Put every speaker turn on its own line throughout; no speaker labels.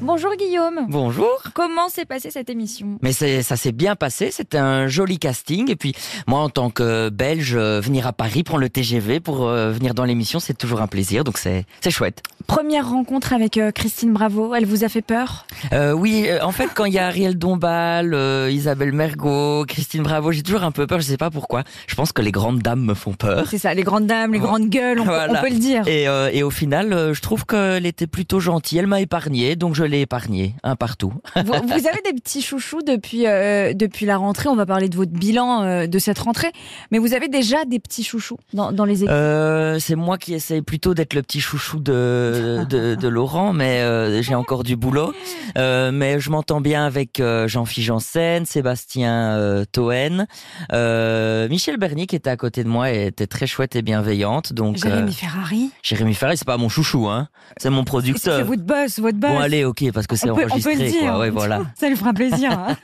Bonjour Guillaume.
Bonjour.
Comment s'est passée cette émission
Mais c'est- ça s'est bien passé, c'était un joli casting. Et puis, moi, en tant que Belge, euh, venir à Paris, prendre le TGV pour euh, venir dans l'émission, c'est toujours un plaisir, donc c'est c'est chouette.
Première rencontre avec euh, Christine Bravo, elle vous a fait peur
Euh, oui, euh, en fait, quand il y a Ariel Dombal, euh, Isabelle Mergot, Christine Bravo, j'ai toujours un peu peur, je sais pas pourquoi. Je pense que les grandes dames me font peur.
C'est ça, les grandes dames, les grandes gueules, on, peut-
Oh. Voilà.
on peut le dire.
Et, euh, et au final, euh, je trouve qu'elle était plutôt gentille. Elle m'a épargné, donc je l'ai épargné, un partout.
vous, vous avez des petits chouchous depuis, euh, depuis la rentrée, on va parler de votre bilan euh, de cette rentrée, mais vous avez déjà des petits chouchous dans, dans les équipes.
Euh, c'est moi qui essaye plutôt d'être le petit chouchou de, de, de Laurent, mais euh, j'ai encore du boulot. Euh, mais je m'entends bien avec euh, Jean-Philippe Janssen, Sébastien euh, Toen, euh, Michel Bernier qui était à côté de moi et était très chouette et bienveillante. Donc
Jérémy
euh,
Ferrari
Jérémy Ferrari, c'est pas mon chouchou, hein, c'est mon
C'est
producteur.
votre boss, votre boss.
Bon allez, ok, parce que c'est
on, peut, on peut
enregistré,
le dire.
quoi. Ouais, voilà.
Ça lui fera plaisir. hein.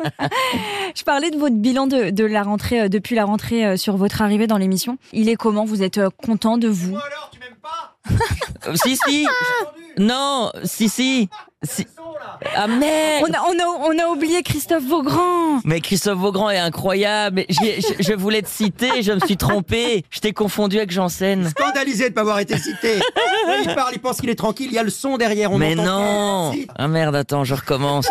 Je parlais de votre bilan de, de la rentrée, euh, depuis la rentrée euh, sur votre arrivée dans l'émission. Il est comment Vous êtes euh, content de vous
Hmm.
alors, tu m'aimes pas
Ah.
Euh, si si, non, si si, si. ah merde.
On a, on, a, on a oublié Christophe Vaugran.
Mais Christophe Beaugrand est incroyable. J'ai- Je, je voulais te citer, je me suis trompé. Je t'ai confondu avec Janssen.
Scandalisé de ne pas avoir été cité. Lui, Il parle, il pense qu'il est tranquille, il y a le son derrière. On
Mais
entend
non
pas. Si.
Ah merde, attends, je recommence.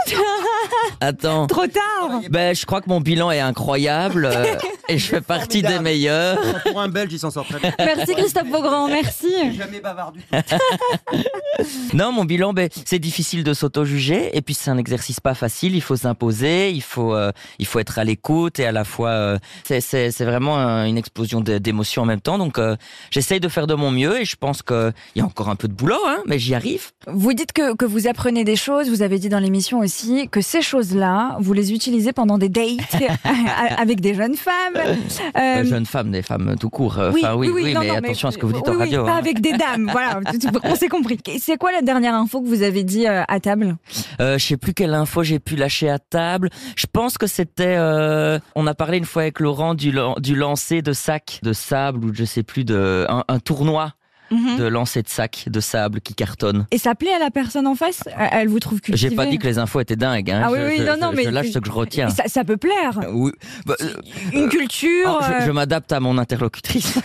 Attends.
Trop tard.
Ben, je crois que mon bilan est incroyable euh, et je fais partie des
Formidable.
meilleurs.
Bah, Pour un Belge, il s'en sort très bien.
Merci Christophe Vaugran, merci.
Il est Jamais bavard du tout.
Non, mon bilan, ben, c'est difficile de s'auto-juger et puis c'est un exercice pas facile. Il faut s'imposer, il faut, euh, il faut être à l'écoute et à la fois, euh, c'est- c'est c'est vraiment euh, une explosion d'é- d'émotions en même temps. Donc, euh, j'essaye de faire de mon mieux et je pense qu'il y a encore un peu de boulot, hein, mais j'y arrive.
Vous dites que, que vous apprenez des choses, vous avez dit dans l'émission aussi que ces choses-là, vous les utilisez pendant des dates avec des jeunes femmes. Euh,
Euh, jeunes femmes, des femmes tout court. euh,
Oui,
Enfin, oui,
oui, oui, non,
mais
non, euh,
attention à ce que vous dites
oui,
en
oui,
radio.
pas
hein.
avec des dames, voilà, on s'est compris. C'est quoi la dernière info que vous avez dit euh, à table
Euh, je sais plus quelle info j'ai pu lâcher à table. Je pense que c'était. euh, on a parlé une fois avec Laurent du, lan- du lancer de sac de sable ou je sais plus de un, un tournoi
Hum.
de lancer de sac de sable qui cartonne.
Et ça plaît à la personne en face Elle elle vous trouve cultivée
J'ai pas dit que les infos étaient dingues. Hein.
Ah oui,
Je-
oui,
je,
non, non,
je-
mais-
je lâche ce que je retiens.
ça, ça peut plaire.
Oui. Bah, euh, oh,
Une culture.
je-
euh,
je m'adapte à mon interlocutrice.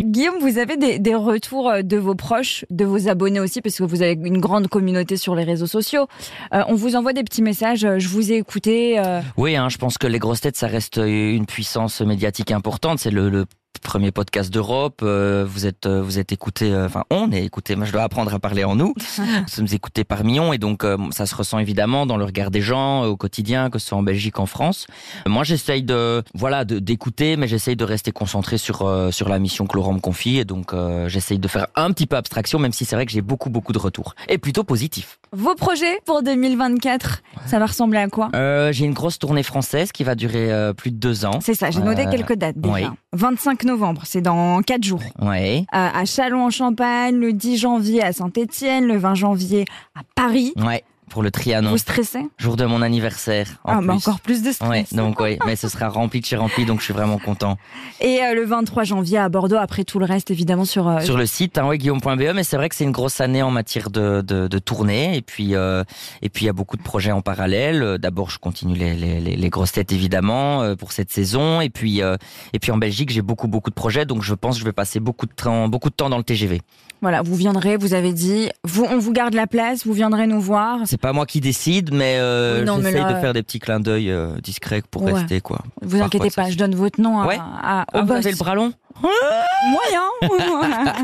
Guillaume, vous avez des, des retours euh, de vos proches, de vos abonnés aussi, parce que vous avez une grande communauté sur les réseaux sociaux. Euh, on vous envoie des petits messages, euh, je vous ai écouté. euh,
Oui, hein, je pense que les grosses têtes, ça reste euh, une puissance médiatique importante. C'est le, le premier podcast d'Europe. Euh, vous êtes, euh, vous êtes écouté. euh, Enfin, on est écouté. Moi, je dois apprendre à parler en nous. nous sommes écoutés par millions, et donc euh, ça se ressent évidemment dans le regard des gens euh, au quotidien, que ce soit en Belgique, en France. Euh, moi, j'essaye de, voilà, de- d'écouter, mais j'essaye de rester concentré sur euh, sur la mission que Laurent me confie, et donc euh, j'essaye de faire un petit peu abstraction, même si c'est vrai que j'ai beaucoup beaucoup de retours et plutôt positifs.
vos projets pour 2024, ça va ressembler à quoi
Euh, j'ai une grosse tournée française qui va durer euh, plus de deux ans.
C'est ça, j'ai noté
Euh,
quelques dates déjà.
oui.
25 novembre, c'est dans 4 jours.
Ouais.
Euh, à Châlons-en-Champagne, le 10 janvier à Saint-Étienne, le 20 janvier à Paris.
Ouais, pour le Trianon,
Vous stressez
jour de mon anniversaire. Mm. En
Ah,
plus.
bah encore plus de stress.
Ouais, donc oui, mais ce sera rempli de chez rempli, donc je suis vraiment content.
Et euh, le 23 janvier à Bordeaux, après tout le reste évidemment sur... euh,
Sur le site, hein, ouais, guillaume.be, mais c'est vrai que c'est une grosse année en matière de, de, de tournée, et puis euh, et puis il y a beaucoup de projets en parallèle. Euh, D'abord, je continue les, les, les, les grosses têtes évidemment euh, pour cette saison, et puis euh, et puis en Belgique, j'ai beaucoup beaucoup de projets, donc je pense que je vais passer beaucoup de temps beaucoup de temps dans le TGV.
Voilà, vous viendrez, vous avez dit, vous, on vous garde la place, vous viendrez nous voir.
C'est pas moi qui décide, mais euh,
Oui, non, mais
j'essaye
là-
de faire des petits clins d'œil euh, discrets pour
Ouais. Oh,
rester quoi.
Vous
Par
inquiétez
contre,
pas, je donne votre nom à,
Ouais.
à-
Oh,
au
vous
boss.
avez le bras long
Moyen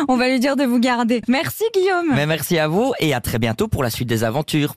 On va lui dire de vous garder. Merci Guillaume
Mais merci à vous et à très bientôt pour la suite des aventures.